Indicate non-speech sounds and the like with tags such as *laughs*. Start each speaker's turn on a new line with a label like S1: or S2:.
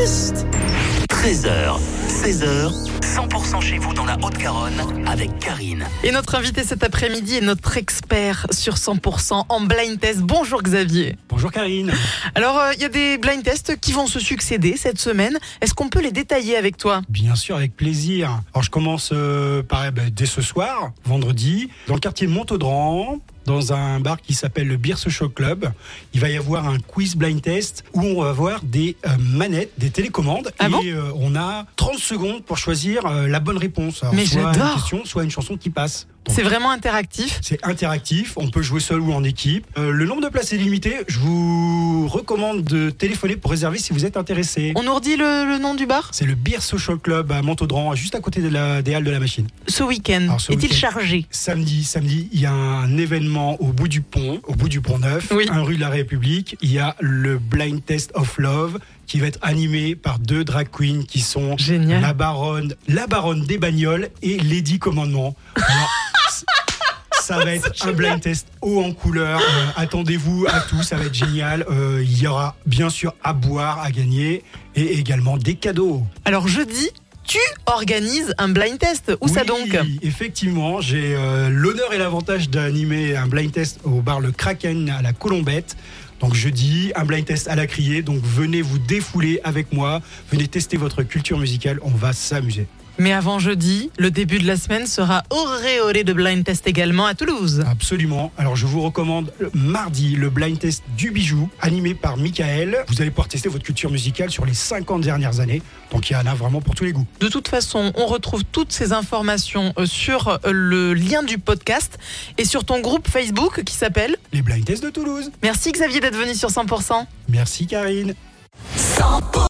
S1: juste.
S2: 13h, 16h, 100% chez vous dans la Haute-Garonne avec Karine.
S1: Et notre invité cet après-midi est notre expert sur 100% en blind test. Bonjour Xavier.
S3: Bonjour Karine.
S1: Alors, euh, il y a des blind tests qui vont se succéder cette semaine. Est-ce qu'on peut les détailler avec toi
S3: Bien sûr, avec plaisir. Alors je commence euh, par eh ben, dès ce soir, vendredi, dans le quartier Montaudran. Dans un bar qui s'appelle le Birse Show Club, il va y avoir un quiz blind test où on va voir des euh, manettes, des télécommandes,
S1: Ah
S3: et
S1: bon
S3: euh, on a 30 secondes pour choisir euh, la bonne réponse. Alors,
S1: Mais
S3: soit
S1: j'adore.
S3: une question, soit une chanson qui passe. Donc,
S1: C'est vraiment interactif.
S3: C'est interactif, on peut jouer seul ou en équipe. Euh, le nombre de places est limité. Je vous recommande de téléphoner pour réserver si vous êtes intéressé.
S1: On nous redit le, le nom du bar
S3: C'est le Beer Social Club à Montaudran, juste à côté de la, des Halles de la Machine.
S1: Ce week-end,
S3: Alors, ce
S1: est-il
S3: week-end.
S1: chargé
S3: Samedi, samedi, il y a un événement au bout du pont, au bout du pont Neuf,
S1: Oui.
S3: un rue de la République. Il y a le Blind Test of Love qui va être animé par deux drag queens qui sont
S1: Génial.
S3: la baronne, la baronne des bagnoles et Lady Commandement. Alors, c-
S1: *laughs*
S3: ça va être un blind test haut en couleur. Euh, Attendez-vous à tout, ça va être génial. Euh, Il y aura bien sûr à boire, à gagner et également des cadeaux.
S1: Alors jeudi, tu organises un blind test. Où ça
S3: Oui,
S1: donc
S3: Effectivement, j'ai euh, l'honneur et l'avantage d'animer un blind test au bar Le Kraken à la Colombette. Donc jeudi, un blind test à la criée. Donc venez vous défouler avec moi. Venez tester votre culture musicale. On va s'amuser.
S1: Mais avant jeudi, le début de la semaine sera auréolé de blind test également à Toulouse.
S3: Absolument. Alors je vous recommande le mardi le blind test du bijou animé par Michael. Vous allez pouvoir tester votre culture musicale sur les 50 dernières années. Donc il y en a vraiment pour tous les goûts.
S1: De toute façon, on retrouve toutes ces informations euh, sur euh, le lien du podcast et sur ton groupe Facebook qui s'appelle.
S3: Les blind tests de Toulouse.
S1: Merci Xavier d'être venu sur 100%.
S3: Merci Karine.